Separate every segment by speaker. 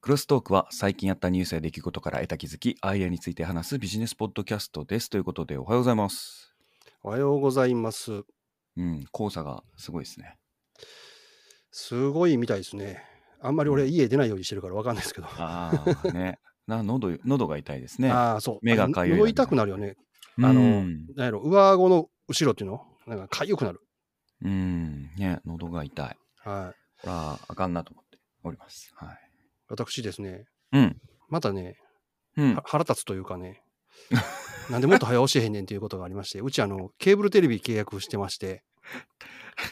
Speaker 1: クロストークは最近やったニュースや出来事から得た気づき、アイデアについて話すビジネスポッドキャストです。ということで、おはようございます。
Speaker 2: おはようございます。
Speaker 1: うん、黄砂がすごいですね。
Speaker 2: すごいみたいですね。あんまり俺、家出ないようにしてるからわかんないですけど。
Speaker 1: ああ、ね。な喉喉が痛いですね。
Speaker 2: ああ、そう。
Speaker 1: 目がかゆい。
Speaker 2: 喉痛くなるよね。あの、なんやろ、上顎の後ろっていうのなんかかゆくなる。
Speaker 1: うん、ね、喉が痛い。。
Speaker 2: はい
Speaker 1: ああ、あかんなと思っております。はい。
Speaker 2: 私ですね、
Speaker 1: うん、
Speaker 2: またね、うん、腹立つというかね、なんでもっと早教えへんねんということがありまして、うちあの、ケーブルテレビ契約してまして、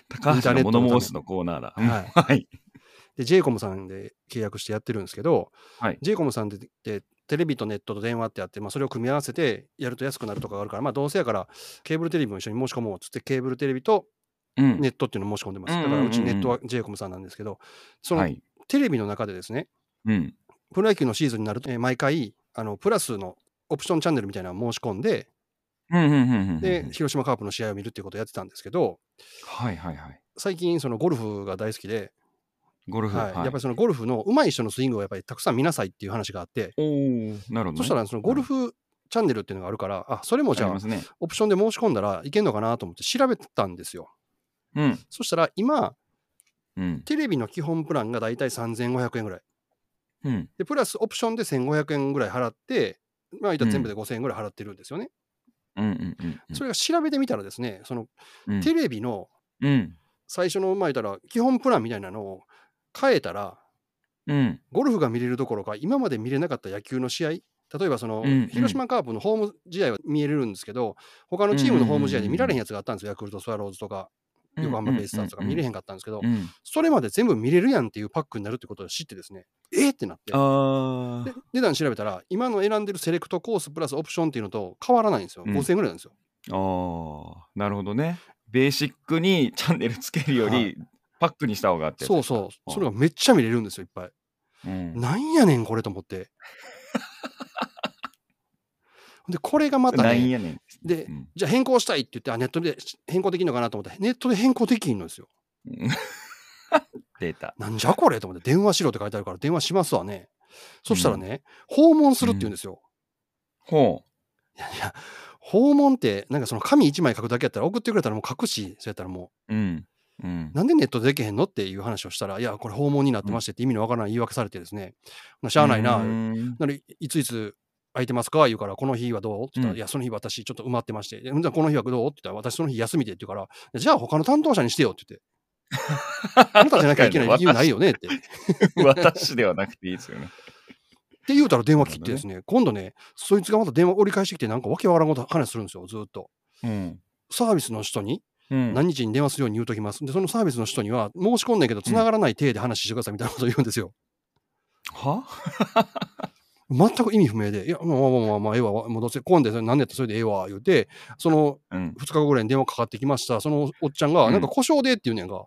Speaker 1: 高橋の物申すのコーナーだ。
Speaker 2: はい。はい、で、j イコムさんで契約してやってるんですけど、
Speaker 1: はい、
Speaker 2: j イコムさんででテレビとネットと電話ってあって、まあ、それを組み合わせてやると安くなるとかがあるから、まあ、どうせやから、ケーブルテレビも一緒に申し込もうっつって、ケーブルテレビとネットっていうのを申し込んでます。うん、だから、うちネットは j イコムさんなんですけど、その、テレビの中でですね、はい
Speaker 1: うん、
Speaker 2: プロ野球のシーズンになると、えー、毎回あのプラスのオプションチャンネルみたいなのを申し込んで、で広島カープの試合を見るっていうことをやってたんですけど、
Speaker 1: はいはいはい、
Speaker 2: 最近そのゴルフが大好きで
Speaker 1: ゴルフ、
Speaker 2: はい、やっぱりそのゴルフの上手い人のスイングをやっぱりたくさん見なさいっていう話があって
Speaker 1: おなるほど、ね、
Speaker 2: そしたらそのゴルフチャンネルっていうのがあるから、はい、あそれもじゃあ、ね、オプションで申し込んだらいけんのかなと思って調べたんですよ。
Speaker 1: うん、
Speaker 2: そしたら今、
Speaker 1: うん、
Speaker 2: テレビの基本プランがだいたい3500円ぐらい。
Speaker 1: うん、
Speaker 2: でプラスオプションで1500円ぐらい払って、まあ、全部で5000円ぐらい払ってるんですよね。それが調べてみたらですね、その、うん、テレビの最初の、まあ、たら基本プランみたいなのを変えたら、
Speaker 1: うん、
Speaker 2: ゴルフが見れるどころか、今まで見れなかった野球の試合、例えばその、うんうん、広島カープのホーム試合は見えれるんですけど、他のチームのホーム試合で見られへんやつがあったんですよ、ヤクルトスワローズとか、横浜ベイスターズとか見れへんかったんですけど、それまで全部見れるやんっていうパックになるってことを知ってですね、えー、ってなって、値段調べたら、今の選んでるセレクトコースプラスオプションっていうのと変わらないんですよ、うん、5000円ぐらいなんですよ。
Speaker 1: ああ、なるほどね。ベーシックにチャンネルつけるより、パックにした方がって、
Speaker 2: そうそう、それがめっちゃ見れるんですよ、いっぱい。
Speaker 1: うん、
Speaker 2: なんやねん、これと思って。 で、これがまた、
Speaker 1: ね、
Speaker 2: で、じゃあ変更したいって言って、あ、ネットで変更できるのかなと思って、ネットで変更できんのですよ。
Speaker 1: データ。
Speaker 2: なんじゃこれと思って、電話しろって書いてあるから、電話しますわね。そしたらね、うん、訪問するって言うんですよ。
Speaker 1: うん、ほ
Speaker 2: う。いやいや、訪問って、なんかその紙一枚書くだけやったら、送ってくれたらもう書くし、そうやったらも
Speaker 1: う。うん。うん、
Speaker 2: なんでネットできへんのっていう話をしたら、いや、これ訪問になってましてって意味のわからない言い訳されてですね、うん、しゃあないな、なるいついつ空いてますか言うから、この日はどうって言ったら、うん、いや、その日私ちょっと埋まってまして、この日はどうって言ったら、私その日休みでって言うから、じゃあ他の担当者にしてよって言って。 あなたじゃなきゃいけない理由ないよねって。
Speaker 1: 私ではなくていいですよね。
Speaker 2: って言うたら電話切って ですね、ね今度ね、そいつがまた電話折り返してきて、なんかわけわからんこと話するんですよ、ずっと。
Speaker 1: うん、
Speaker 2: サービスの人に、何日に電話するように言うときます。で、そのサービスの人には、申し込んないけど、繋がらない体で話してくださいみたいなことを言うんですよ。
Speaker 1: うん、は
Speaker 2: 全く意味不明で、いや、まあまあまあまあ、ええわ、もうどうせ、今度、何やったらそれでええわ、言うて、その、2日後ぐらいに電話かかってきました、そのおっちゃんが、なんか故障でって言うねんが、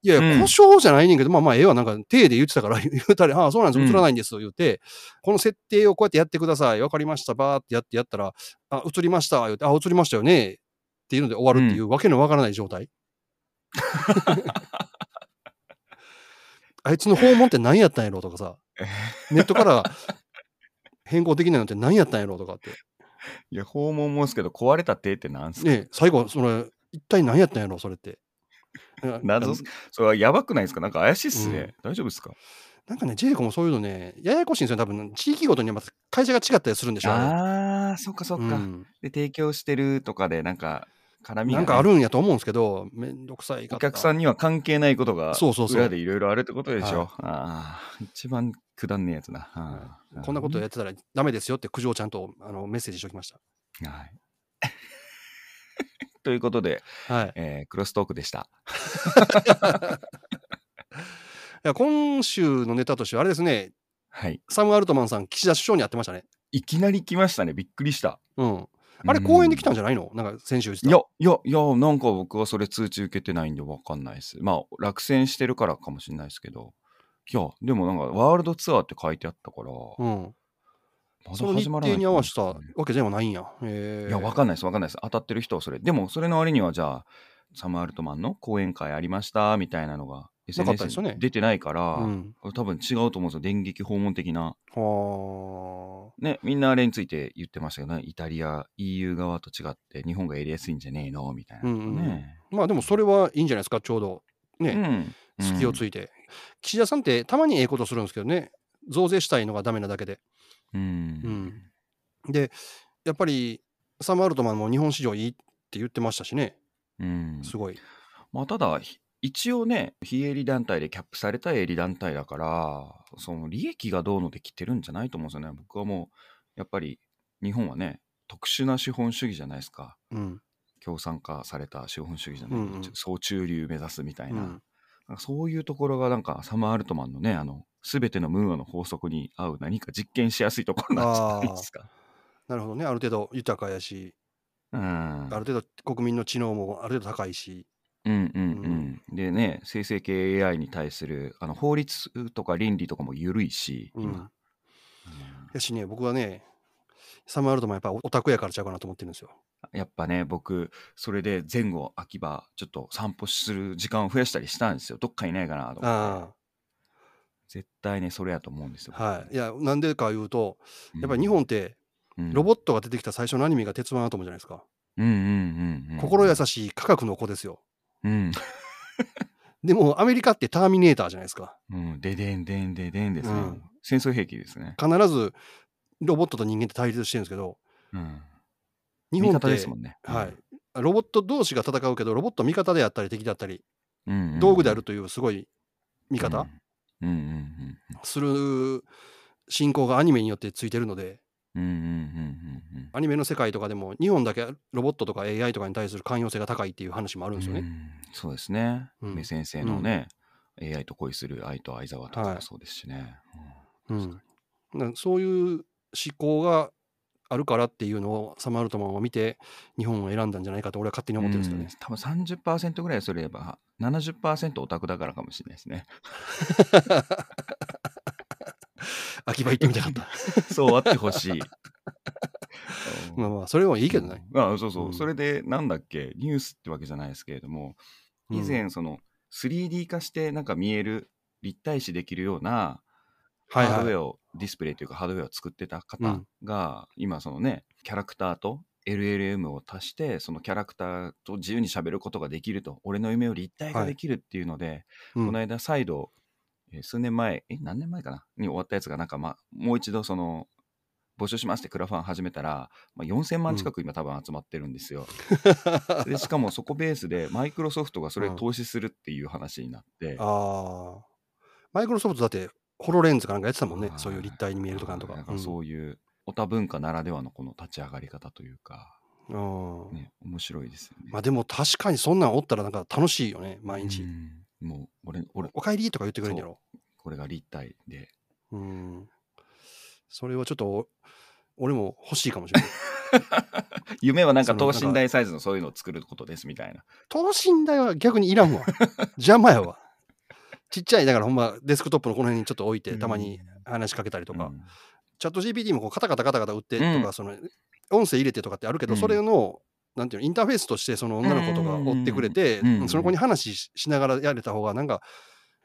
Speaker 2: いやいや、故障じゃないねんけど、まあまあ、ええわ、なんか、手で言ってたから 、言うたら、ああ、そうなんです、映らないんです、言うて、この設定をこうやってやってください、わかりました、ばーってやってやったら、あ、映りました、言うて、あ、映りましたよね、っていうので終わるっていう、わけのわからない状態。あいつの訪問って何やったんやろとかさ、ネットから、変更できないのって何やったんやろうとかって。
Speaker 1: いや、訪問もですけど、壊れた手ってなんすか
Speaker 2: ね最後、それ、一体何やったんやろう、それって。
Speaker 1: 謎それはやばくないですかなんか怪しいっすね。うん、大丈夫ですか
Speaker 2: なんかね、ジェイコもそういうのね、ややこしいんですよ。多分、地域ごとにまた会社が違ったりするんでしょうね。
Speaker 1: ああ、そっかそっか、うん、で、提供してるとかで、なんか、絡み
Speaker 2: なんかあるんやと思うんですけど、めんどくさい
Speaker 1: お客さんには関係ないことが、
Speaker 2: そうそうそう。
Speaker 1: 裏でいろいろあるってことでしょ。はい、ああ、一番くだんねえやつな。
Speaker 2: はい、こんなことやってたらダメですよって苦情をちゃんとあのメッセージしておきました。
Speaker 1: はい、 ということで、
Speaker 2: はい
Speaker 1: えー、クロストークでした。
Speaker 2: いや今週のネタとしてはあれですね、
Speaker 1: はい、
Speaker 2: サム・アルトマンさん、岸田首相に会ってましたね。
Speaker 1: いきなり来ましたね、びっくりした。
Speaker 2: うんあれ、公園で来たんじゃないの、うん、なんか先週
Speaker 1: いや、いや、いや、なんか僕はそれ通知受けてないんで分かんないです。まあ、落選してるからかもしれないですけど。いや、でもなんか、ワールドツアーって書いてあったから、
Speaker 2: うん。まだ始まらない、ね、その日程に合わせたわけではないんや。え
Speaker 1: ー、いや、分かんないです、分かんないです。当たってる人はそれ。でも、それの割には、じゃあ、サム・アルトマンの講演会ありましたみたいなのが
Speaker 2: なかったです
Speaker 1: SNS
Speaker 2: よね
Speaker 1: に出てないから、
Speaker 2: うん。
Speaker 1: 多分違うと思うんですよ電撃訪問的な
Speaker 2: は
Speaker 1: ねみんなあれについて言ってましたけど、ね、イタリア EU 側と違って日本がやりやすいんじゃねえのみたいな、ね
Speaker 2: あ。まあでもそれはいいんじゃないですか、ちょうど。
Speaker 1: う
Speaker 2: ね、
Speaker 1: ん
Speaker 2: 隙をつ
Speaker 1: い
Speaker 2: いて。岸田さんってたまにええことするんですけどね、増税したいのがダメなだけで。
Speaker 1: うん、
Speaker 2: うんで、やっぱりサム・アルトマンも日本市場いいって言ってましたしね、
Speaker 1: うん
Speaker 2: すごい。
Speaker 1: まあ、ただひ一応ね非営利団体でキャップされた営利団体だからその利益がどうのできてるんじゃないと思うんですよね僕はもうやっぱり日本はね特殊な資本主義じゃないですか
Speaker 2: うん。
Speaker 1: 共産化された資本主義じゃない、
Speaker 2: うんうん
Speaker 1: 総中流目指すみたいな,、
Speaker 2: うん
Speaker 1: なんかそういうところがなんかサム・アルトマンのねあの全てのムーアの法則に合う何か実験しやすいところなんじゃないですか。
Speaker 2: なるほどね、ある程度豊かやし、
Speaker 1: うん
Speaker 2: ある程度国民の知能もある程度高いし。
Speaker 1: うんうんうん、でね生成系 AI に対するあの法律とか倫理とかも緩いし
Speaker 2: うん
Speaker 1: 今、
Speaker 2: やしね、僕はね、サム・アルトマンやっぱオタクやからちゃうかなと思ってるんですよ。
Speaker 1: やっぱね僕それで前後秋葉ちょっと散歩する時間を増やしたりしたんですよどっかいないかなと思って
Speaker 2: あ
Speaker 1: 絶対ねそれやと思うんですよ、
Speaker 2: あ、はい。いや、なんでかいうと、
Speaker 1: うん
Speaker 2: やっぱり日本って
Speaker 1: うん
Speaker 2: ロボットが出てきた最初のアニメが鉄腕アトムじゃないですか。
Speaker 1: うんうんうんうん
Speaker 2: 心優しい科学の子ですよ。
Speaker 1: うん、
Speaker 2: でもアメリカってターミネーターじゃないですか。
Speaker 1: うん、ででんでんででんですね、
Speaker 2: うん
Speaker 1: 戦争兵器ですね、
Speaker 2: 必ずロボットと人間って対立してるんですけど、
Speaker 1: うん、
Speaker 2: 日本
Speaker 1: 味
Speaker 2: って
Speaker 1: 方ですもんね
Speaker 2: はい、ロボット同士が戦うけど、ロボット味方であったり敵だったり、
Speaker 1: うんうんうん
Speaker 2: 道具であるというすごい見方、
Speaker 1: うんうんうん
Speaker 2: する進行がアニメによってついてるので、
Speaker 1: うんうんうんうんうんうん
Speaker 2: アニメの世界とかでも日本だけロボットとか AI とかに対する寛容性が高いっていう話もあるんですよ
Speaker 1: う
Speaker 2: ね。
Speaker 1: んそうですね。
Speaker 2: うん
Speaker 1: 梅先生のね、AI と恋する愛と相沢とか
Speaker 2: は
Speaker 1: も
Speaker 2: い
Speaker 1: そうですしね。
Speaker 2: うんなそういう思考があるからっていうのをサム・アルトマンを見て日本を選んだんじゃないかと俺は勝手に
Speaker 1: う
Speaker 2: 思ってるんですけ
Speaker 1: ん
Speaker 2: どね。
Speaker 1: 多分30%ぐらいそれれば70%オタクだからかもしれないですね。
Speaker 2: 秋葉行ってみたかった。
Speaker 1: そうあってほしい。
Speaker 2: まあまあそれもいいけどね。
Speaker 1: うんあそうそう、
Speaker 2: うん
Speaker 1: それでなんだっけニュースってわけじゃないですけれども以
Speaker 2: うん
Speaker 1: 前その 3D 化してなんか見える立体視できるような
Speaker 2: は
Speaker 1: ハ
Speaker 2: い
Speaker 1: ードウ
Speaker 2: はい。
Speaker 1: ェアをディスプレイというかハードウェアを作ってた
Speaker 2: う
Speaker 1: 方
Speaker 2: ん
Speaker 1: が今そのねキャラクターと LLM を足してそのキャラクターと自由に喋ることができると俺の夢を立体化できるっていうので
Speaker 2: うん
Speaker 1: この間再度えー数年前え何年前かなに終わったやつがなんかまあもう一度その募集しますってクラファン始めたら、まあ、4000万近く今多分集まってるん ですよ。でしかもそこベースでマイクロソフトがそれを投資するっていう話になって、
Speaker 2: ああ。マイクロソフトだってホロレンズかなんかやってたも んね。そういう立体に見えるとかなんとか。
Speaker 1: なんかそういうオタ文化ならではのこの立ち上がり方というか、
Speaker 2: うんうん
Speaker 1: ね、面白いですよね。
Speaker 2: まあでも確かにそんなんおったらなんか楽しいよね、毎
Speaker 1: う
Speaker 2: 日。
Speaker 1: んもう俺俺
Speaker 2: おかえりとか言ってくれるんやろ。
Speaker 1: これが立体で
Speaker 2: うん。それはちょっとお俺も欲しいかもしれない。
Speaker 1: 夢はなんか
Speaker 2: その
Speaker 1: 等身大サイズのそういうのを作ることですみたいな。
Speaker 2: 等身大は逆にいら んわ。邪魔やわ。ちっちゃい、だからほんまデスクトップのこの辺にちょっと置いて、たまに話しかけたりと
Speaker 1: と
Speaker 2: か、チャット GPT もこうカタカタカタカタ打ってとか、
Speaker 1: う
Speaker 2: その音声入れてとかってあるけど、
Speaker 1: うん
Speaker 2: それの、なんていうの、インターフェースとしてその女の子とか追ってくれて、
Speaker 1: うんうん
Speaker 2: その子に話ししながらやれた方が、なんか、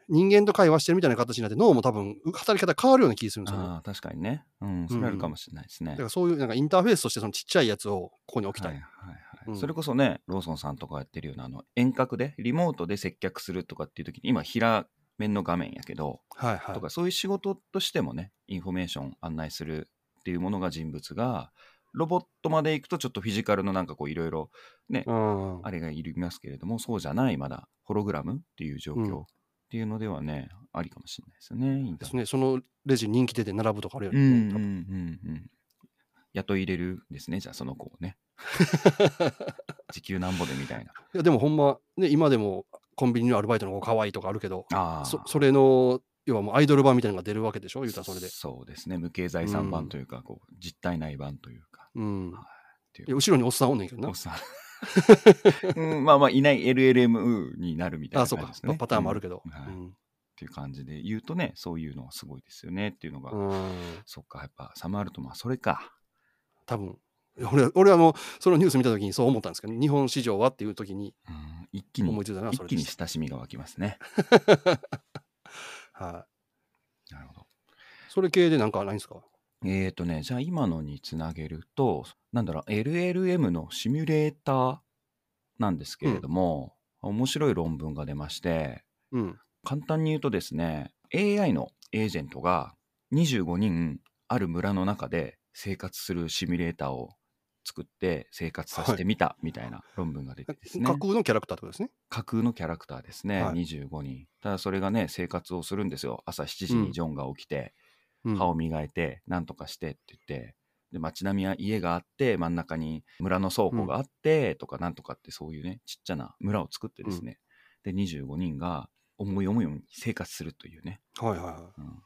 Speaker 2: 人間と会話してるみたいな形になって、脳も多分、語り方変わるような気がするんですよね。
Speaker 1: ああ確かにね、うん、それあるかもしれないですね。
Speaker 2: だからそういうなんかインターフェースとしてそのちっちゃいやつをここに置きた。
Speaker 1: はいいはいはい
Speaker 2: うん
Speaker 1: それこそねローソンさんとかやってるようなあの遠隔でリモートで接客するとかっていう時に今平面の画面やけど、
Speaker 2: はいはい
Speaker 1: とかそういう仕事としてもねインフォメーション案内するっていうものが人物がロボットまで行くとちょっとフィジカルのなんかこういろいろ
Speaker 2: うん
Speaker 1: あれがいりますけれどもそうじゃないまだホログラムっていう状
Speaker 2: うん
Speaker 1: 況っていうのではね、ありかもしれないですよねイン
Speaker 2: で
Speaker 1: ター
Speaker 2: す
Speaker 1: ネッ
Speaker 2: ね、そのレジに人気出て並ぶとかあるよ
Speaker 1: トう
Speaker 2: ね。
Speaker 1: んうん
Speaker 2: 多
Speaker 1: うん
Speaker 2: 分
Speaker 1: うん雇い入れるですねじゃあその子を ね時給なんぼでみたいない
Speaker 2: やでもほんま、ね、今でもコンビニのアルバイトの子可愛いとかあるけど、
Speaker 1: ああ
Speaker 2: そそれの、要はもうアイドル版みたいなのが出るわけでしょ、言うたらそれで。
Speaker 1: そうですね無形財産版というか、こう実体内版というか
Speaker 2: うん。
Speaker 1: はい
Speaker 2: いや後ろにおっさんおんねんけどな
Speaker 1: おっ。さ んうん、まあまあいない LLM になるみたい
Speaker 2: あ、
Speaker 1: な
Speaker 2: そう
Speaker 1: 感じで、
Speaker 2: か
Speaker 1: すね。
Speaker 2: パターンもあるけど。
Speaker 1: うんはい
Speaker 2: うん
Speaker 1: っていう感じで言うとねそういうのはすごいですよねっていうのが、
Speaker 2: うん。
Speaker 1: そっかやっぱサム・アルトマンはそれか
Speaker 2: 多分俺は俺はあのそのニュース見た時にそう思ったんですけど、日本市場はっていう時に
Speaker 1: うん一気
Speaker 2: 思
Speaker 1: に
Speaker 2: いついたのは
Speaker 1: 一
Speaker 2: それ
Speaker 1: 気
Speaker 2: で
Speaker 1: に
Speaker 2: し
Speaker 1: 親しみが湧きますね。
Speaker 2: た。はい
Speaker 1: なるほど。
Speaker 2: それ系でなんかないんですか
Speaker 1: えっ、とね、じゃあ今のにつなげると、なんだろう、LLM のシミュレーターなんですけれども、面白い論文が出まして、
Speaker 2: うん。
Speaker 1: 簡単に言うとですね、AI のエージェントが25人ある村の中で生活するシミュレーターを作って生活させてみたみたいな論文が出てですね、
Speaker 2: 架空のキャラクターってことですね。
Speaker 1: 架空のキャラクターですね、
Speaker 2: はい
Speaker 1: 25人。ただそれがね、生活をするんですよ。朝7時
Speaker 2: うん
Speaker 1: にジョンが起きて、
Speaker 2: うん
Speaker 1: 歯を磨いて、なんとかしてって言って、で街並みは家があって、真ん中に村の倉庫があって、とか、なんとかって、そういうね、ちっちゃな村を作ってですね、で、25人が思い思いに生活するというね、
Speaker 2: はいはいは
Speaker 1: うん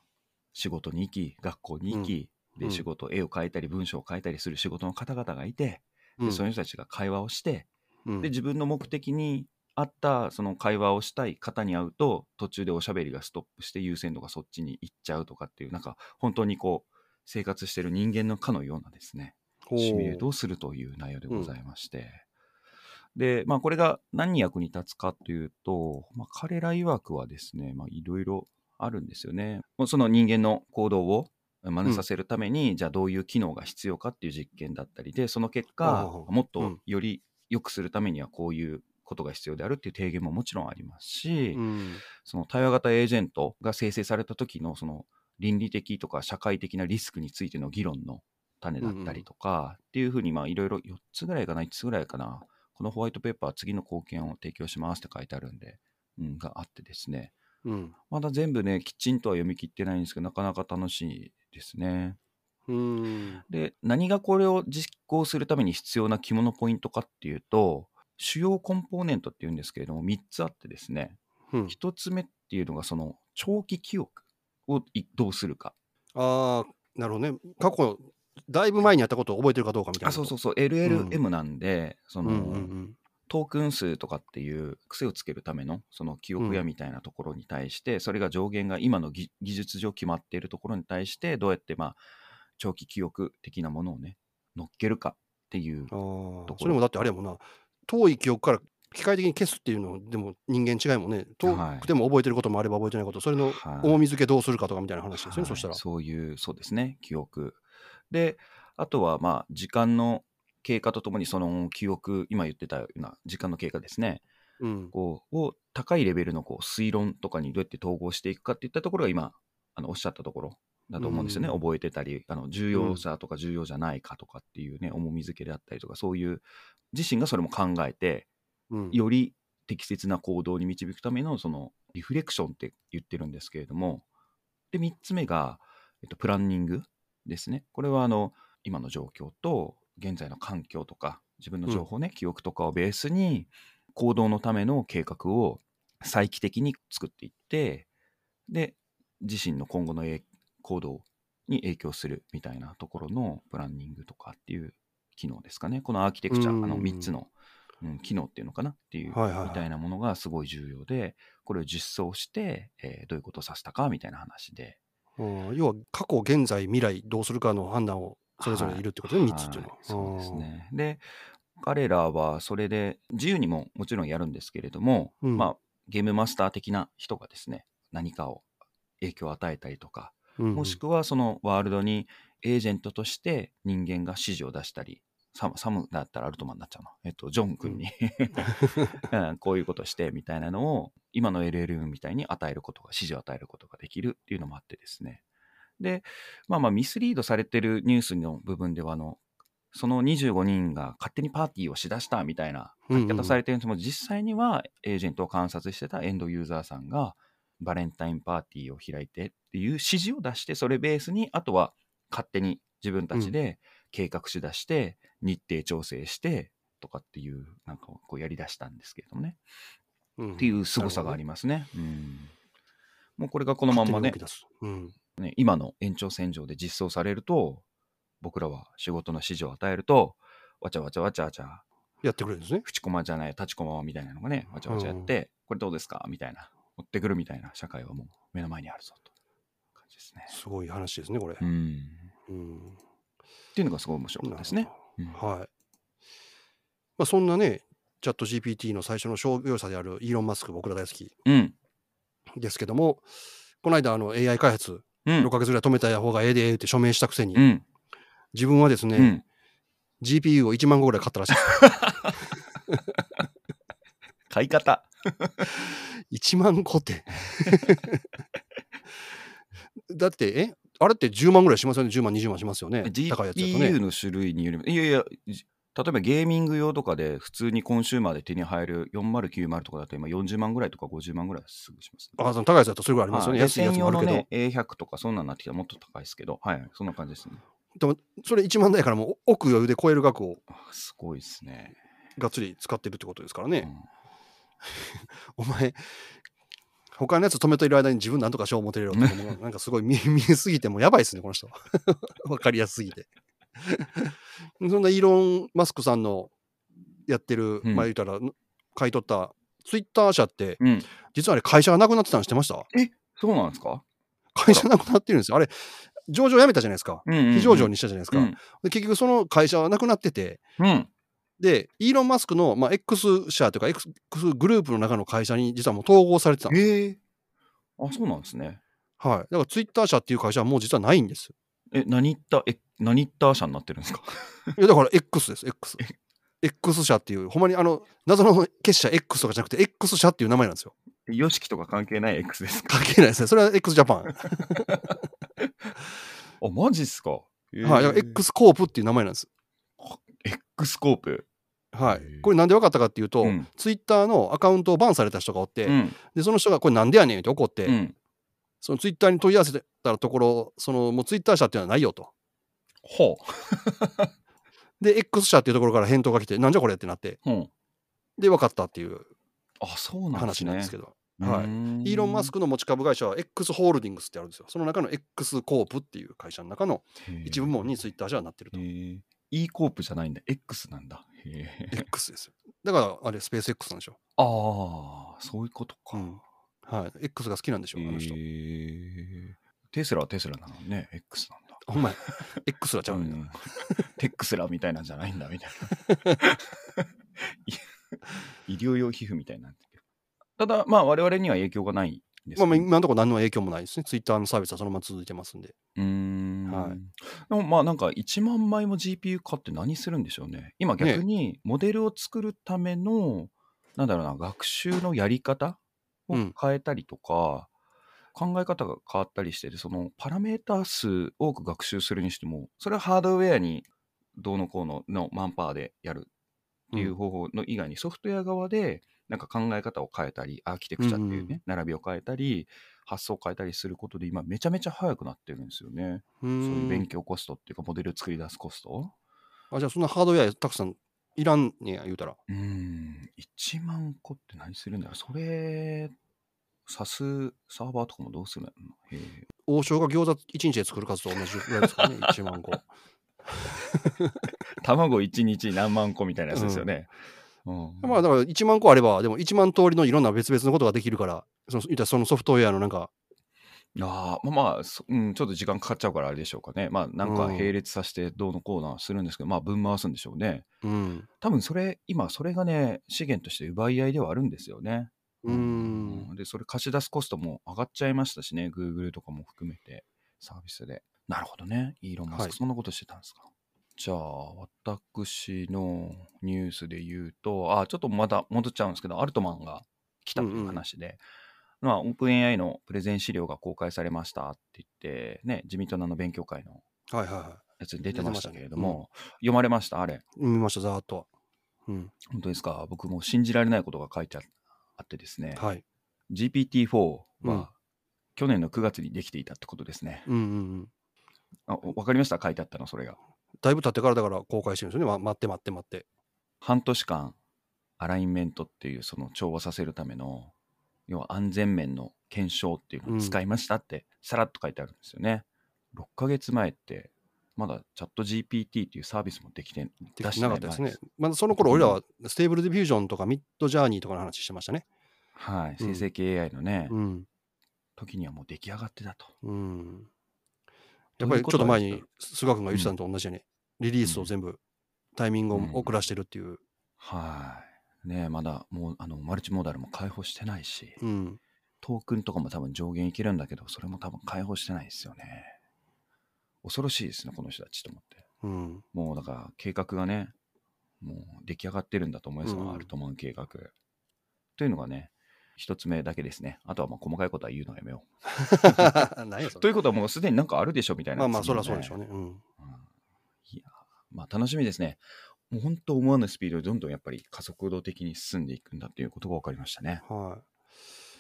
Speaker 1: 仕事に行き、学校に行き、
Speaker 2: うんう
Speaker 1: で、
Speaker 2: ん
Speaker 1: 仕事、絵を描いたり、文章を書いたりする仕事の方々がいて、
Speaker 2: い。うん
Speaker 1: で、その人たちが会話をして、
Speaker 2: うん
Speaker 1: で自分の目的に合ったその会話をしたい方に会うと途中でおしゃべりがストップして優先度がそっちに行っちゃうとかっていうなんか本当にこう生活してる人間のかのようなですね
Speaker 2: ほう
Speaker 1: シミュレートをするという内容でございまして、でまあこれが何に役に立つかというと、まあ、彼ら曰くはですねまあいろいろあるんですよねもうその人間の行動を真似させるために、じゃあどういう機能が必要かっていう実験だったりでその結
Speaker 2: はあ
Speaker 1: 果
Speaker 2: はあ
Speaker 1: もっ
Speaker 2: う
Speaker 1: と
Speaker 2: ん
Speaker 1: より良くするためにはこういうことが必要であるっていう提言ももちろんありますし、
Speaker 2: うん
Speaker 1: その対話型エージェントが生成された時のその倫理的とか社会的なリスクについての議論の種だったりとかっていうふうにまあいろいろ4つぐらいかな5つぐらいかなこのホワイトペーパーは次の貢献を提供しますって書いてあるんで、うん、があってですね
Speaker 2: うん
Speaker 1: まだ全部ねきちんとは読み切ってないんですけどなかなか楽しいですね。
Speaker 2: うん
Speaker 1: で何がこれを実行するために必要な肝のポイントかっていうと主要コンポーネントっていうんですけれども3つあってですね
Speaker 2: うん
Speaker 1: 1つ目っていうのがその長期記憶をいどうするか
Speaker 2: ああなるほどね過去だいぶ前にやったことを覚えてるかどうかみたいな
Speaker 1: あそうそううそう LLM なんで、その、
Speaker 2: んうんうん
Speaker 1: トークン数とかっていう癖をつけるためのその記憶やみたいなところに対して、それが上限が今の技技術上決まっているところに対してどうやってまあ長期記憶的なものをね乗っけるかっていう
Speaker 2: あ
Speaker 1: と
Speaker 2: ー
Speaker 1: ころ
Speaker 2: それもだってあれやもんな遠い記憶から機械的に消すっていうのでも人間違いもんね遠
Speaker 1: はい
Speaker 2: くても覚えてることもあれば覚えてないことそれの
Speaker 1: はい
Speaker 2: 重み付けどうするかとかみたいな話ですよ
Speaker 1: は
Speaker 2: ね、
Speaker 1: い
Speaker 2: そしたら
Speaker 1: そういうそうですね記憶であとはまあ時間の経過とともにその記憶今言ってたような時間の経過ですね
Speaker 2: うん
Speaker 1: こうを高いレベルのこう推論とかにどうやって統合していくかっていったところが今あのおっしゃったところだと思うんですよね、
Speaker 2: うん
Speaker 1: 覚えてたりあの重要さとか重要じゃないかとかっていうね、重みづけであったりとかそういう自身がそれも考えて
Speaker 2: うん
Speaker 1: より適切な行動に導くためのそのリフレクションって言ってるんですけれどもで3つ目が、えっと、プランニングですねこれはあの今の状況と現在の環境とか自分の情報ね、記憶とかをベースに行動のための計画を再帰的に作っていってで自身の今後のえ行動に影響するみたいなところのプランニングとかっていう機能ですかねこのアーキテクチャ、
Speaker 2: うん
Speaker 1: あの3つの、うん、機能っていうのかなっていう
Speaker 2: はいはいはい
Speaker 1: みたいなものがすごい重要でこれを実装して、えーどういうことを指したかみたいな話で
Speaker 2: うん要は過去現在未来どうするかの判断をそれぞれいるってことで、ね3つっていうのは、
Speaker 1: はいそうですねで彼らはそれで自由にももちろんやるんですけれども、
Speaker 2: うん
Speaker 1: まあ、ゲームマスター的な人がですね何かを影響を与えたりとか
Speaker 2: うんうん
Speaker 1: もしくはそのワールドにエージェントとして人間が指示を出したり、サムサムだったらアルトマンになっちゃうの。えっと、ジョン君に、うんこういうことしてみたいなのを、今の LLM みたいに与えることが、指示を与えることができるっていうのもあってですね。で、まあまあミスリードされてるニュースの部分では、あの、その25人が勝手にパーティーをしだしたみたいな
Speaker 2: うんうん
Speaker 1: 書き方されてるんですけども、実際にはエージェントを観察してたエンドユーザーさんが、バレンタインパーティーを開いてっていう指示を出して、それベースに、あとは勝手に自分たちで計画し出して、日程調整してとかっていう、なんかこうやり出したんですけれどもね。
Speaker 2: うん
Speaker 1: っていう凄さがありますね。うんもうこれがこのまんまね
Speaker 2: 勝手に動き、出すうん
Speaker 1: ね今の延長線上で実装されると、僕らは仕事の指示を与えると、わちゃわちゃわちゃわちゃ、
Speaker 2: やってくれるんですね。
Speaker 1: 淵駒じゃない、立ち駒みたいなのがね、わちゃわちゃやって、これどうですかみたいな、持ってくるみたいな社会はもう目の前にあるぞと。感じですね。
Speaker 2: すごい話ですね、これ。
Speaker 1: うん。
Speaker 2: うん
Speaker 1: っていうのがすごい面白かったですね。うん
Speaker 2: はい。まあ、そんなね、チャット GPT の最初の商業者であるイーロン・マスク、僕ら大好き
Speaker 1: うん。
Speaker 2: ですけども、この間、あの AI 開発、
Speaker 1: うん
Speaker 2: 6ヶ月ぐらい止めた方がええでええって署名したくせに、
Speaker 1: うん。
Speaker 2: 自分はですね、
Speaker 1: うん
Speaker 2: GPU を1万個ぐらい買った らし
Speaker 1: 買い方。
Speaker 2: い。1万個って。 だって、えあれって10万ぐらいしますよね、10万、20万しますよね。高いやつだと
Speaker 1: GPU
Speaker 2: ね。
Speaker 1: の種類によります。いやいや、じ例えばゲーミング用とかで普通にコンシューマーで手に入る4090とかだと今40万ぐらいとか50万ぐらいすぐします、
Speaker 2: あその高いやつだとそれぐらいありますよ
Speaker 1: は
Speaker 2: ね。
Speaker 1: い
Speaker 2: 安いや
Speaker 1: 専
Speaker 2: つも
Speaker 1: 用
Speaker 2: ある
Speaker 1: の
Speaker 2: けど、
Speaker 1: ね A100 とかそんなんなってきたらもっと高いですけど、はい、そんな感じですね。
Speaker 2: それ1万台からもう奥余裕で超える額を
Speaker 1: あすごいですね。
Speaker 2: がっつり使ってるってことですから
Speaker 1: う
Speaker 2: ね。
Speaker 1: ん
Speaker 2: お前、他のやつ止めてる間に自分なんとか賞を持てるよっ て、もうなんかすごい見見えすぎて、もうやばいですね、この人。 わかりやすすぎて。 そんなイーロン・マスクさんのやってる、
Speaker 1: うん
Speaker 2: まあ言うたら、買い取ったツイッター社って、
Speaker 1: うん、
Speaker 2: 実はあれ、会社がなくなってたの知ってました
Speaker 1: そうなんですか、
Speaker 2: 会社なくなってるんですよ。あれ、上場辞めたじゃないですか。
Speaker 1: うんうんうん
Speaker 2: 非上場にしたじゃないですか。
Speaker 1: うん
Speaker 2: で結局、その会社はなくなってて、
Speaker 1: うん
Speaker 2: で、イーロン・マスクの、まあ、X 社というか、X グループの中の会社に実はもう統合されてたんです。
Speaker 1: へえあ、そうなんですね。
Speaker 2: はい。だから、ツイッター社っていう会社はもう実はないんです。
Speaker 1: え、何言った、え、何言った社になってるんですか
Speaker 2: いや、だから、X です、X。X 社っていう、ほんまにあの、謎の結社 X とかじゃなくて、X 社っていう名前なんですよ。
Speaker 1: ヨシキとか関係ない X ですか
Speaker 2: 関係ないですね。それは X ジャパン。はい。
Speaker 1: あ、マジっすか、へえ
Speaker 2: だから X コープっていう名前なんです。
Speaker 1: X コープ。
Speaker 2: は
Speaker 1: へえ
Speaker 2: い。これなんで分かったかっていうと、
Speaker 1: うん
Speaker 2: ツイッターのアカウントをバンされた人がおって、
Speaker 1: うん。
Speaker 2: で、その人がこれなんでやねんって怒って、
Speaker 1: うん。
Speaker 2: そのツイッターに問い合わせたところ、そのもうツイッター社っていうのはないよと。
Speaker 1: ほ
Speaker 2: で、X 社っていうところから返答が来て、なんじゃこれってなって、
Speaker 1: う。うん。
Speaker 2: で、分かったっていう
Speaker 1: あ、そうなんです
Speaker 2: 話
Speaker 1: ね。
Speaker 2: なんですけど、
Speaker 1: は
Speaker 2: はい
Speaker 1: い
Speaker 2: イーロン・マスクの持ち株会社は X ホールディングスってあるんですよ。その中の X コープっていう会社の中の一部門にツイッター社はなってると。
Speaker 1: E コープじゃないんだ X なんだ へえ
Speaker 2: X ですよ。だから、あれ、スペース X なんでしょ
Speaker 1: ああそういうこと
Speaker 2: う。
Speaker 1: か、
Speaker 2: うん。はい。X が好きなんでしょう、あの人
Speaker 1: へ。えテスラはテスラなのにね X なんだ
Speaker 2: ほんまや。X はちゃうね ん
Speaker 1: う
Speaker 2: な。
Speaker 1: んテックスラみたいなんじゃないんだみたい ない医療用皮膚みたいなんだけどただまあ我々には影響がないんです
Speaker 2: まあ、まあ
Speaker 1: ね
Speaker 2: 今のところ何の影響もないですね。ツイッターのサービスはそのまま続いてますんで。
Speaker 1: うーん
Speaker 2: はい
Speaker 1: でもまあなんか1万枚も GPU 買って何するんでしょうね。今逆にモデルを作るための、なんだろうな学習のやり方を
Speaker 2: うん
Speaker 1: 変えたりとか、考え方が変わったりしててそのパラメータ数多く学習するにしてもそれはハードウェアにどうのこうののマンパワーでやるっていう方法の以外にソフトウェア側でなんか考え方を変えたりアーキテクチャっていう
Speaker 2: うんう
Speaker 1: ね、並びを変えたり発想を変えたりすることで今めちゃめちゃ早くなってるんですよね。
Speaker 2: う。
Speaker 1: そういうん勉強コストっていうか、モデルを作り出すコスト
Speaker 2: あ、じゃあ、そんなハードウェアたくさんいらんねや、言うたら。
Speaker 1: うーん、1万個って何するんだろうそれ、さすサーバーとかもどうするんだろうなへえ
Speaker 2: 王将が餃子一日で作る数と同じぐらいですからね、1万 個。
Speaker 1: 卵1日何万個みたいなやつですよね。うん
Speaker 2: まあだから1万個あれば、でも1万通りのいろんな別々のことができるから、その言ったらそのソフトウェアのなんか、
Speaker 1: あーまあまあ、そうん、ちょっと時間かかっちゃうからあれでしょうかね。まあなんか並列させてどうのこうのするんですけど、まあ分回すんでしょうね。
Speaker 2: うん。
Speaker 1: 多分それ、今それがね、資源として奪い合いではあるんですよね。
Speaker 2: うーん。
Speaker 1: で、それ貸し出すコストも上がっちゃいましたしね、Google とかも含めて、サービスで。なるほどね、イーロン・マス
Speaker 2: は
Speaker 1: ク、
Speaker 2: い
Speaker 1: そんなことしてたんですか。じゃあ、私のニュースで言うと、あ、ちょっとまた戻っちゃうんですけど、アルトマンが来たという話で、まあ、オープン AI のプレゼン資料が公開されましたって言って、ね、自民党のあの勉強会の
Speaker 2: はいはいは
Speaker 1: やつに出てましたけれど
Speaker 2: 出て
Speaker 1: も、読まれました、あれ。
Speaker 2: い。見ました、ざーっとは。うん。
Speaker 1: 本当ですか、僕もう信じられないことが書いてああってですね。
Speaker 2: はい。
Speaker 1: GPT-4 は、
Speaker 2: うん
Speaker 1: 去年の9月にできていたってことですね。
Speaker 2: うんうんうん。
Speaker 1: あおわかりました書いてあったの、それが。
Speaker 2: だいぶ経ってからだから公開してるんですよね。ま待って待って待って。
Speaker 1: 半年間、アラインメントっていう、その調和させるための、要は安全面の検証っていうのを使いましたって、さらっと書いてあるんですよね。6ヶ月前って、まだチャット GPT っていうサービスもできて
Speaker 2: できてなかったですね
Speaker 1: 出してない前。
Speaker 2: まだその頃俺らはステーブルディフュージョンとかミッドジャーニーとかの話してましたね。
Speaker 1: はい。
Speaker 2: う
Speaker 1: 生
Speaker 2: ん
Speaker 1: 成系 AI のね、
Speaker 2: うん。
Speaker 1: 時にはもう出来上がってたと。
Speaker 2: うん。やっぱりちょっと前に、菅君が言ってたのと同じやね。リリースを全部タイミングを遅らしてるっていう。
Speaker 1: はい。ねえまだもうあのマルチモーダルも開放してないし、
Speaker 2: うん。
Speaker 1: トークンとかも多分上限いけるんだけど、それも多分開放してないですよね。恐ろしいですね、この人たちと思って。
Speaker 2: うん。
Speaker 1: もうだから計画がね、もう出来上がってるんだと思いますよ、
Speaker 2: うんうん
Speaker 1: アルトマン計画。というのがね、一つ目だけですね。あとはまあ細かいことは言うのはやめよう。
Speaker 2: 何やそ
Speaker 1: とい
Speaker 2: れ
Speaker 1: うことはもうすでになんかあるでしょみたいな、
Speaker 2: まあまあ、そりゃそうでしょうね。うん。
Speaker 1: うんいやー、まあ楽しみですね。もう本当思わぬスピードでどんどんやっぱり加速度的に進んでいくんだっていうことが分かりましたね。
Speaker 2: は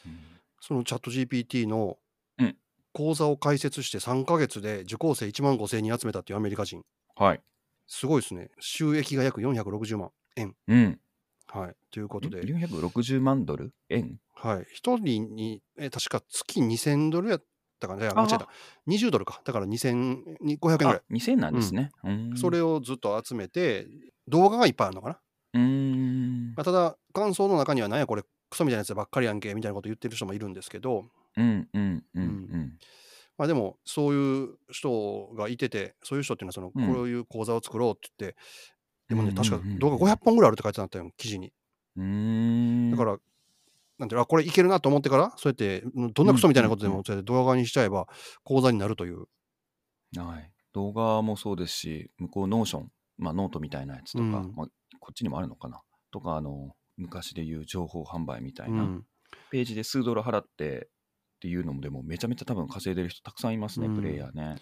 Speaker 2: い。
Speaker 1: うん
Speaker 2: そのチャット GPT の
Speaker 1: うん
Speaker 2: 講座を開設して3ヶ月で受講生1万5千人集めたっていうアメリカ人。
Speaker 1: はい。
Speaker 2: すごいですね。収益が約460万円。
Speaker 1: うん。
Speaker 2: はい。ということで、
Speaker 1: 460万ドル円
Speaker 2: はい。一人に、え、確か月2000ドルやったかな。いや間違えた。20ドルか。だから2500円ぐら
Speaker 1: あ、2000なんですね。うーん
Speaker 2: い。それをずっと集めて、動画がいっぱいあるのかな。
Speaker 1: うーん
Speaker 2: まあ、ただ、感想の中には、なんやこれ、クソみたいなやつばっかりやんけ、みたいなこと言ってる人もいるんですけど、
Speaker 1: うんうんうんうん。
Speaker 2: まあでも、そういう人がいてて、そういう人っていうのは、その、
Speaker 1: うん
Speaker 2: こういう講座を作ろうって言って、でもね、
Speaker 1: うんうんうん
Speaker 2: 確か動画500本ぐらいあるって書いてあったよ、記事に。
Speaker 1: うーん。
Speaker 2: だから、なんていうのあこれいけるなと思ってから、そうやって、どんなクソみたいなことで
Speaker 1: うんうんう
Speaker 2: も、そうやって動画にしちゃえば、講座になるという。
Speaker 1: はい、動画もそうですし、向こう、ノーション、まあ、ノートみたいなやつとか、
Speaker 2: うん
Speaker 1: まあ、こっちにもあるのかなとかあの、昔でいう情報販売みたいうな、
Speaker 2: ん。
Speaker 1: ページで数ドル払ってっていうのも、でもめちゃめちゃ多分稼いでる人たくさんいますね、
Speaker 2: うん
Speaker 1: プレイヤーね。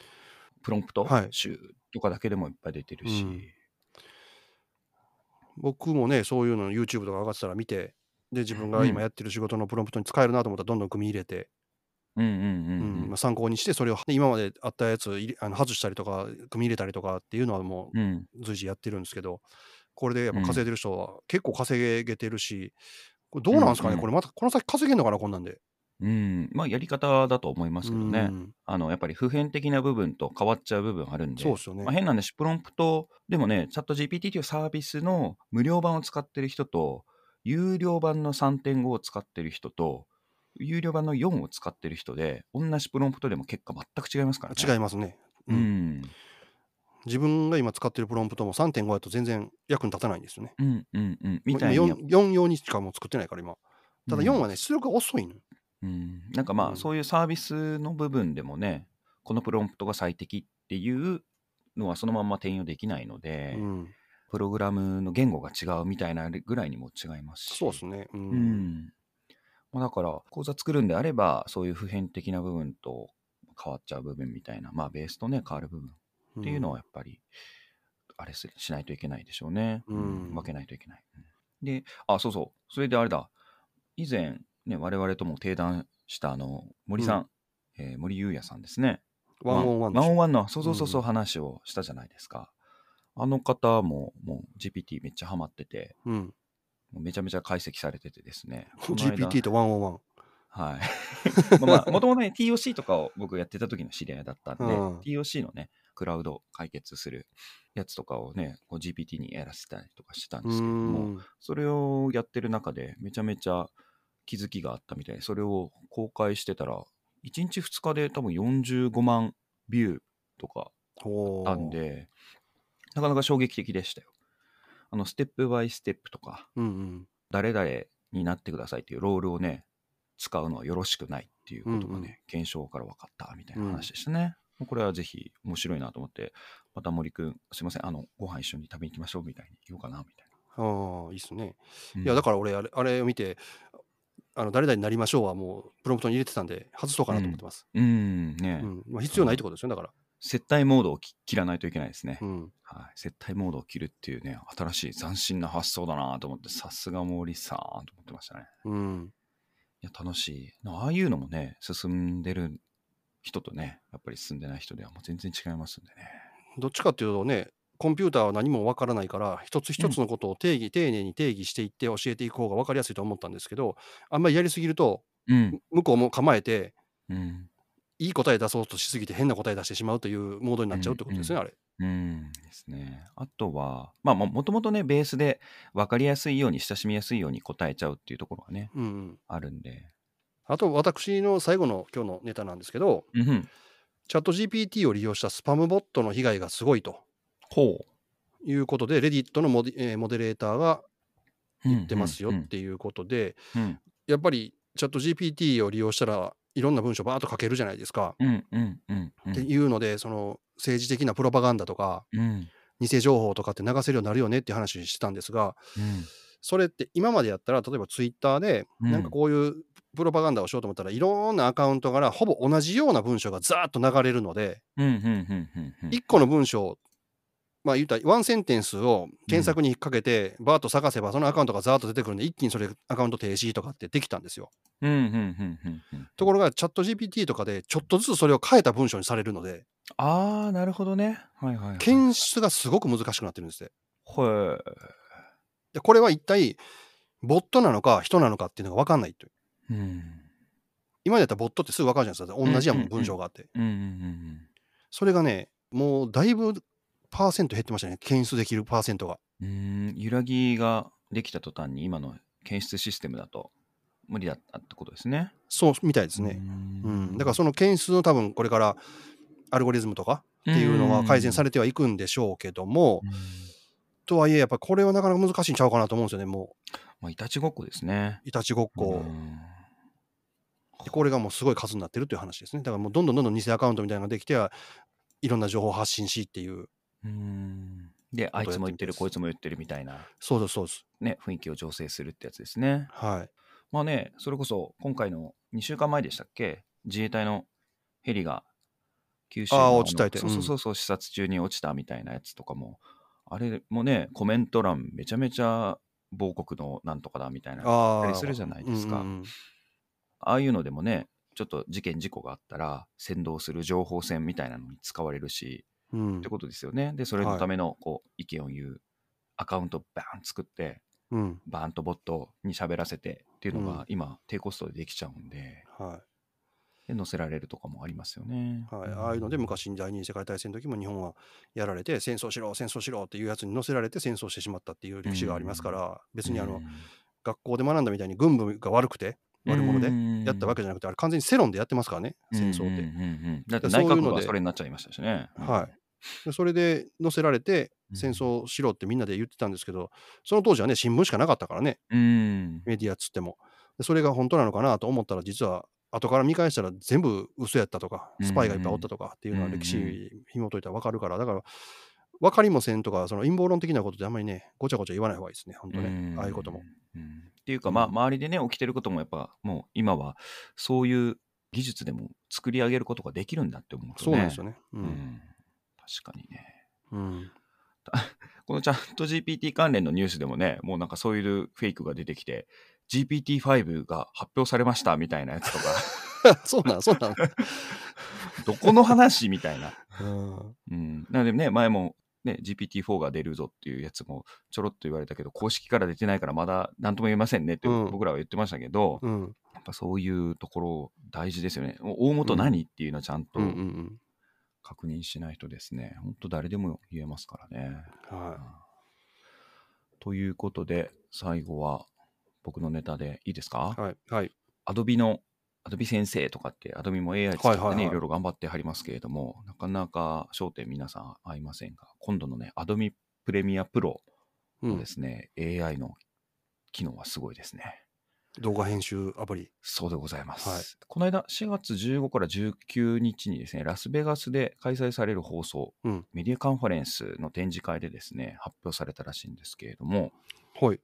Speaker 1: プロンプト、
Speaker 2: はい
Speaker 1: シューとかだけでもいっぱい出てるし、
Speaker 2: うん僕もね、そういうの YouTube とか上がってたら見て、で、自分が
Speaker 1: うん
Speaker 2: 今やってる仕事のプロンプトに使えるなと思ったら、どんどん組み入れて、
Speaker 1: うんうんうん
Speaker 2: うん
Speaker 1: うん
Speaker 2: まあ、参考にして、それを、で今まであったやつ入れあの外したりとか、組み入れたりとかっていうのはもう
Speaker 1: うん
Speaker 2: 随時やってるんですけど、これでやっぱ
Speaker 1: うん
Speaker 2: 稼いでる人は結構稼げてるし、これどうなんですかね、
Speaker 1: うんうん
Speaker 2: これまた、この先稼げんのかな、こんなんで。
Speaker 1: うんまあ、やり方だと思いますけどね、
Speaker 2: うん
Speaker 1: あのやっぱり普遍的な部分と変わっちゃう部分あるんで、
Speaker 2: そうですよね。
Speaker 1: まあ、変な話、プロンプト、でもね、チャット GPT というサービスの無料版を使ってる人と、有料版の3.5を使ってる人と、有料版の4を使ってる人で、同じプロンプトでも結果全く違いますからね。
Speaker 2: 違いますね。
Speaker 1: う
Speaker 2: うん
Speaker 1: ん。
Speaker 2: 自分が今使ってるプロンプトも3.5だと全然役に立たないんですよね。
Speaker 1: うんうんうん。みたいにやっぱ。
Speaker 2: 4, 4用にしかもう作ってないから今。ただ4
Speaker 1: うん
Speaker 2: はね、出力が遅いのよ。
Speaker 1: うん、なんかまあ、
Speaker 2: うん
Speaker 1: そういうサービスの部分でもね、このプロンプトが最適っていうのはそのまんま転用できないので、
Speaker 2: うん、
Speaker 1: プログラムの言語が違うみたいなぐらいにも違いますし。
Speaker 2: そうですね。うん
Speaker 1: うんまあ、だから講座作るんであればそういう普遍的な部分と変わっちゃう部分みたいなまあベースとね変わる部分っていうのはやっぱりあれすしないといけないでしょうね、
Speaker 2: うん
Speaker 1: 分けないといけない、うんであそうそうそれであれだ以前ね我々とも提談したあの森さん、えー森優也さんですね
Speaker 2: ワンオンワンで
Speaker 1: ワ
Speaker 2: し
Speaker 1: ンオ
Speaker 2: ょ
Speaker 1: ンワンのそうそうそうそう
Speaker 2: うん
Speaker 1: 話をしたじゃないですか、あの方ももう GPT めっちゃハマってて
Speaker 2: うん、
Speaker 1: もうめちゃめちゃ解析されててです ねこの間
Speaker 2: GPT とワンオンワン。
Speaker 1: はい。まあ、もともとね、TOC とかを僕やってた時の知り合いだったんで、
Speaker 2: うん
Speaker 1: TOC のね、クラウド解決するやつとかをね、こう GPT にやらせたりとかしてたん
Speaker 2: う
Speaker 1: ですけれども、
Speaker 2: ん
Speaker 1: それをやってる中で、めちゃめちゃ気づきがあったみたいで、それを公開してたら、1日2日で多分45万ビューとか
Speaker 2: ほう
Speaker 1: なんで、なかなか衝撃的でしたよ。あの、ステップバイステップとか、
Speaker 2: うんうん
Speaker 1: 誰々になってくださいっていうロールをね使うのはよろしくないっていうことがね、
Speaker 2: うんうん
Speaker 1: 検証から分かったみたいな話でしたね、これはぜひ面白いなと思ってまた森くんすいませんあのご飯一緒に食べに行きましょうみたいに言おうかなみたい
Speaker 2: ああ、いいっすね。
Speaker 1: な、
Speaker 2: いや、だ
Speaker 1: か
Speaker 2: から俺あれ、あれを見て、あの誰々になりましょうはもう、プロンプトに入れてたんで、外そうかなと思ってます。
Speaker 1: らうん
Speaker 2: う
Speaker 1: ね、
Speaker 2: んまあ、必要ないってことですよね、だから。
Speaker 1: 接待モードをき切らないといけないですね、
Speaker 2: うん、
Speaker 1: はい、接待モードを切るっていうね新しい斬新な発想だなと思ってさすが森さんと思ってましたね
Speaker 2: うん、
Speaker 1: いや楽しいなああいうのもね進んでる人とねやっぱり進んでない人ではもう全然違いますんでね
Speaker 2: どっちかっていうとね、コンピューターは何もわからないから、一つ一つのことを定義、丁寧に定義していって教えていく方が分かりやすいと思ったんですけど、あんまりやりすぎると、
Speaker 1: うん。
Speaker 2: 向こうも構えて、
Speaker 1: うん。
Speaker 2: いい答え出そうとしすぎて変な答え出してしまうというモードになっちゃうってことですね、あれ。
Speaker 1: うん。ですね。あとは、まあ、ももともとね、ベースで分かりやすいように、親しみやすいように答えちゃうっていうところがね、
Speaker 2: うんうん、
Speaker 1: あるんで。
Speaker 2: あと、私の最後の今日のネタなんですけど、
Speaker 1: うん。
Speaker 2: チャット GPT を利用したスパムボットの被害がすごいと
Speaker 1: ほう。
Speaker 2: いうことで、レディットのモデ,、えーモデレーターが言ってますよ
Speaker 1: うん
Speaker 2: っていうことで、
Speaker 1: うん
Speaker 2: やっぱりチャット GPT を利用したらいろんな文章バーッと書けるじゃないですか。
Speaker 1: うんうんうんうん
Speaker 2: っていうので、その政治的なプロパガンダとか、
Speaker 1: うん
Speaker 2: 偽情報とかって流せるようになるよねっていう話してたんですが、
Speaker 1: うん
Speaker 2: それって今までやったら、例えばツイッターで、
Speaker 1: うん
Speaker 2: なんかこういうプロパガンダをしようと思ったらいろんなアカウントからほぼ同じような文章がザーッと流れるので、
Speaker 1: うんうんうんうんうん
Speaker 2: 一個の文章をまあ言ったらワンセンテンスを検索に引っ掛けて、バーッと探せば、そのアカウントがザーッと出てくるんで、一気にそれアカウント停止とかってできたんですよ。
Speaker 1: うんうんうんうんうん
Speaker 2: ところが、チャット GPT とかで、ちょっとずつそれを変えた文章にされるので、
Speaker 1: ああなるほどねはいはいはい
Speaker 2: 検出がすごく難しくなってるんですって。
Speaker 1: ほ
Speaker 2: で、これは一体、ボットなのか人なのかっていうのが分かんないという。
Speaker 1: いうん
Speaker 2: 今だったらボットってすぐ分かるじゃないですか。同じやも
Speaker 1: うん
Speaker 2: ん、
Speaker 1: うんうん
Speaker 2: 文章があって。
Speaker 1: うんうん
Speaker 2: それがね、もうだいぶパーセント減ってましたね。検出できるパーセントが。
Speaker 1: うんうんうーん揺らぎができた途端に今の検出システムだと無理だったってことですね
Speaker 2: そう、みたいですね。
Speaker 1: う
Speaker 2: うん、だからその件数の多分これからアルゴリズムとかっていうのが改善されてはいくんでしょうけども、
Speaker 1: うん
Speaker 2: とはいえやっぱこれはなかなか難しいんちゃうかなと思うんですよねも
Speaker 1: まあいたちごっこですね
Speaker 2: ういたちごっこ、
Speaker 1: うん
Speaker 2: でこれがもうすごい数になってるという話ですねだからもうどんどんどんどん偽アカウントみたいなのができてはいろんな情報を発信しっていう
Speaker 1: うんであいつも言ってるこいつも言ってるみたいな
Speaker 2: そうですそうです
Speaker 1: ね雰囲気を醸成するってやつですね
Speaker 2: はい
Speaker 1: まあね、それこそ今回の2週間前でしたっけ、自衛隊のヘリが九州の
Speaker 2: あー
Speaker 1: あの
Speaker 2: 落ちたって
Speaker 1: そうそうそうそう、視察中に落ちたみたいなやつとかも、あれもね、コメント欄、めちゃめちゃ某国のなんとかだみたいな、あ
Speaker 2: あ
Speaker 1: った
Speaker 2: あ
Speaker 1: りするじゃないですか
Speaker 2: うんうんうん
Speaker 1: あいうのでもね、ちょっと事件、事故があったら、先導する情報戦みたいなのに使われるし、
Speaker 2: うん
Speaker 1: ってことですよね。で、それのためのこう意見を言う、アカウントバーン作って、
Speaker 2: うん
Speaker 1: バーンとボットに喋らせてっていうの
Speaker 2: うん
Speaker 1: が、今、低コストでできちゃうんで。
Speaker 2: はい
Speaker 1: で載せられるとかもありますよね。
Speaker 2: はい、
Speaker 1: ん
Speaker 2: ああいうので、昔に第二次世界大戦の時も日本はやられて戦争しろ戦争しろっていうやつに乗せられて戦争してしまったっていう歴史がありますから、別にあの、学校で学んだみたいに軍部が悪くて悪者でやったわ
Speaker 1: け
Speaker 2: けじゃなくてあれ完全に世論でやってますからね戦争って、
Speaker 1: だって
Speaker 2: そう
Speaker 1: 内
Speaker 2: いうので
Speaker 1: 閣府がそれになっちゃいましたしね。
Speaker 2: はいでそれで載せられて戦争しろってみんなで言ってたんですけどその当時はね新聞しかなかったからね
Speaker 1: い。うん。
Speaker 2: メディアっつってもでそれが本当なのかなと思ったら実は後から見返したら全部嘘やったとかスパイがいっぱいおったとかっていうのは歴
Speaker 1: うんうん
Speaker 2: 史紐解いたら分かるからだから分かりもせんとかその陰謀論的なことであんまりねごちゃごちゃ言わない方がいいですね本当ね
Speaker 1: ん
Speaker 2: ああいうことも。
Speaker 1: うんっていうか、まあ、
Speaker 2: うん
Speaker 1: 周りでね、起きてることもやっぱ、もう今は、そういう技術でも作り上げることができるんだって思うとね。
Speaker 2: そうなんですよねう
Speaker 1: うんん確かにね。
Speaker 2: うん
Speaker 1: このチャット GPT 関連のニュースでもね、もうなんかそういうフェイクが出てきて、GPT-5 が発表されましたみたいなやつ とか、
Speaker 2: そうなんそうなん
Speaker 1: どこの話みたいな。
Speaker 2: うん
Speaker 1: うん、なのでね、前も、ね、GPT-4 が出るぞっていうやつもちょろっと言われたけど、公式から出てないからまだ何とも言えませんねって
Speaker 2: うん
Speaker 1: 僕らは言ってましたけど、
Speaker 2: うん
Speaker 1: やっぱそういうところ大事ですよね。お大元何っていうのはちゃんと
Speaker 2: うんうん
Speaker 1: 確認しないとですね、本当誰でも言えますからね。
Speaker 2: うんはい
Speaker 1: ということで、最後は僕のネタでいいですか、
Speaker 2: はい。はい。
Speaker 1: アドビの、アドビ先生とかって、アドビも AI 使ってね、
Speaker 2: はい
Speaker 1: い
Speaker 2: はいはい
Speaker 1: ろいろ頑張ってはりますけれども、なかなか焦点皆さん合いませんが、今度のね、アドビプレミアプロ
Speaker 2: う
Speaker 1: の
Speaker 2: ん
Speaker 1: で、すね、AI の機能はすごいですね。
Speaker 2: 動画編集アプリ。
Speaker 1: そうでございます。
Speaker 2: はい
Speaker 1: この間、4月15から19日にですね、ラスベガスで開催される放送、
Speaker 2: うん
Speaker 1: メディアカンファレンスの展示会でですね、発表されたらしいんですけれども、
Speaker 2: はい。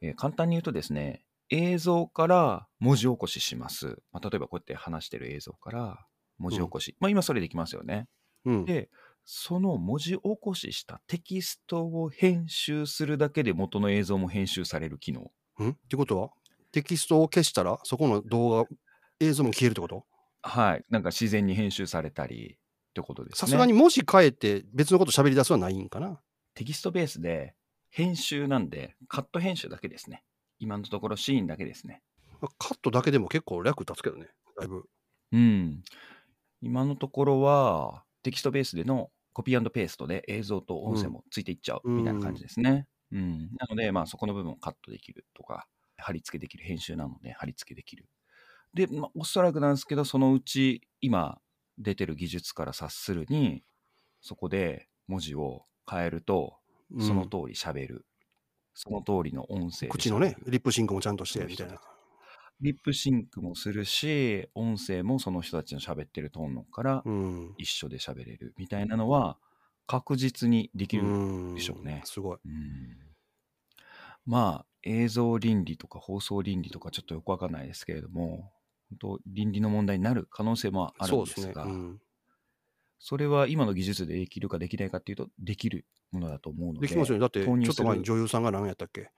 Speaker 1: えー簡単に言うとですね、映像から文字起こしします。まあ、例えばこうやって話してる映像から文字起こし。まあ今それできますよね。
Speaker 2: うん。
Speaker 1: で、その文字起こししたテキストを編集するだけで元の映像も編集される機能。
Speaker 2: んってことはテキストを消したら、そこの動画、映像も消えるってこと
Speaker 1: はい。なんか自然に編集されたりってことですね。
Speaker 2: さすがに文字変えて別のこと喋り出すはないんかな
Speaker 1: テキストベースで編集なんで、カット編集だけですね。今のところシーンだけですね。
Speaker 2: カットだけでも結構楽立つけどね。だいぶ。
Speaker 1: うん。今のところは、テキストベースでのコピーペーストで映像と音声もついていっちゃう
Speaker 2: うん
Speaker 1: みたいな感じですね。うん。なので、まあ、そこの部分をカットできるとか、貼り付けできる編集なので、貼り付けできる。で、まあ、おそらくなんですけど、そのうち、今出てる技術から察するに、そこで文字を変えると、
Speaker 2: うん
Speaker 1: その通り喋る。その通りの音声で喋る
Speaker 2: 口のね、リップシンクもちゃんとして、みたいな。
Speaker 1: リップシンクもするし、音声もその人たちの喋ってるトーンのから
Speaker 2: うん。
Speaker 1: 一緒で喋れるみたいなのは確実にできる。うん
Speaker 2: ん
Speaker 1: でしょうね
Speaker 2: すごい。
Speaker 1: まあ、映像倫理とか放送倫理とかちょっとよくわかんないですけれども、本当倫理の問題になる可能性もある
Speaker 2: そ
Speaker 1: ん
Speaker 2: う
Speaker 1: で
Speaker 2: です
Speaker 1: す
Speaker 2: ね。
Speaker 1: が、
Speaker 2: うん
Speaker 1: それは今の技術でできるかできないかっていうと、できるものだと思うので。
Speaker 2: できますよね。だって、ち
Speaker 1: 投入す
Speaker 2: ょ
Speaker 1: る
Speaker 2: っと前に女優さんが何やったっけ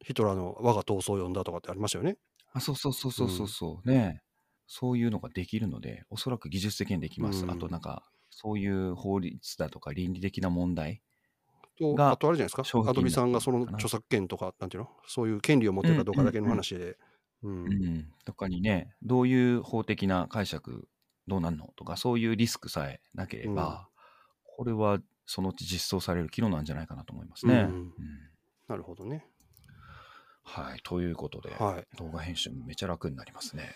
Speaker 2: ヒトラーの我が闘争を呼んだとかってありましたよね。
Speaker 1: あそうそうそうそうそうそう、ねそういうのができるのでおそらく技術的にできます、
Speaker 2: うん
Speaker 1: あとなんかそういう法律だとか倫理的な問題
Speaker 2: と
Speaker 1: が
Speaker 2: あとあれじゃないです
Speaker 1: 商
Speaker 2: か。
Speaker 1: 品
Speaker 2: アドビさんがその
Speaker 1: になってるのかな
Speaker 2: 著作権とか、なんていうのそういう権利を持ってるかどうかだけの話で。う
Speaker 1: うんん、とかにねどういう法的な解釈どうなんのとかそういうリスクさえなければ、これはそのうち実装される機能なんじゃないかなと思いますね。
Speaker 2: うん
Speaker 1: うん
Speaker 2: なるほどね。
Speaker 1: はいということで、
Speaker 2: はい。
Speaker 1: 動画編集めちゃ楽になりますね。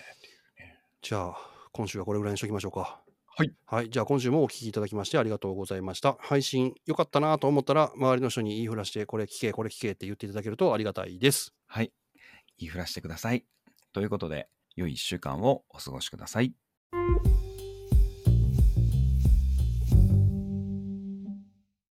Speaker 2: じゃあ、今週はこれぐらいにしときましょうか。
Speaker 1: はい。
Speaker 2: はい。じゃあ、今週もお聞きいただきましてありがとうございました。配信良かったなと思ったら、周りの人に言いふらして、これ聞け、これ聞けって言っていただけるとありがたいです。
Speaker 1: はい言いふらしてください。ということで良い1週間をお過ごしください。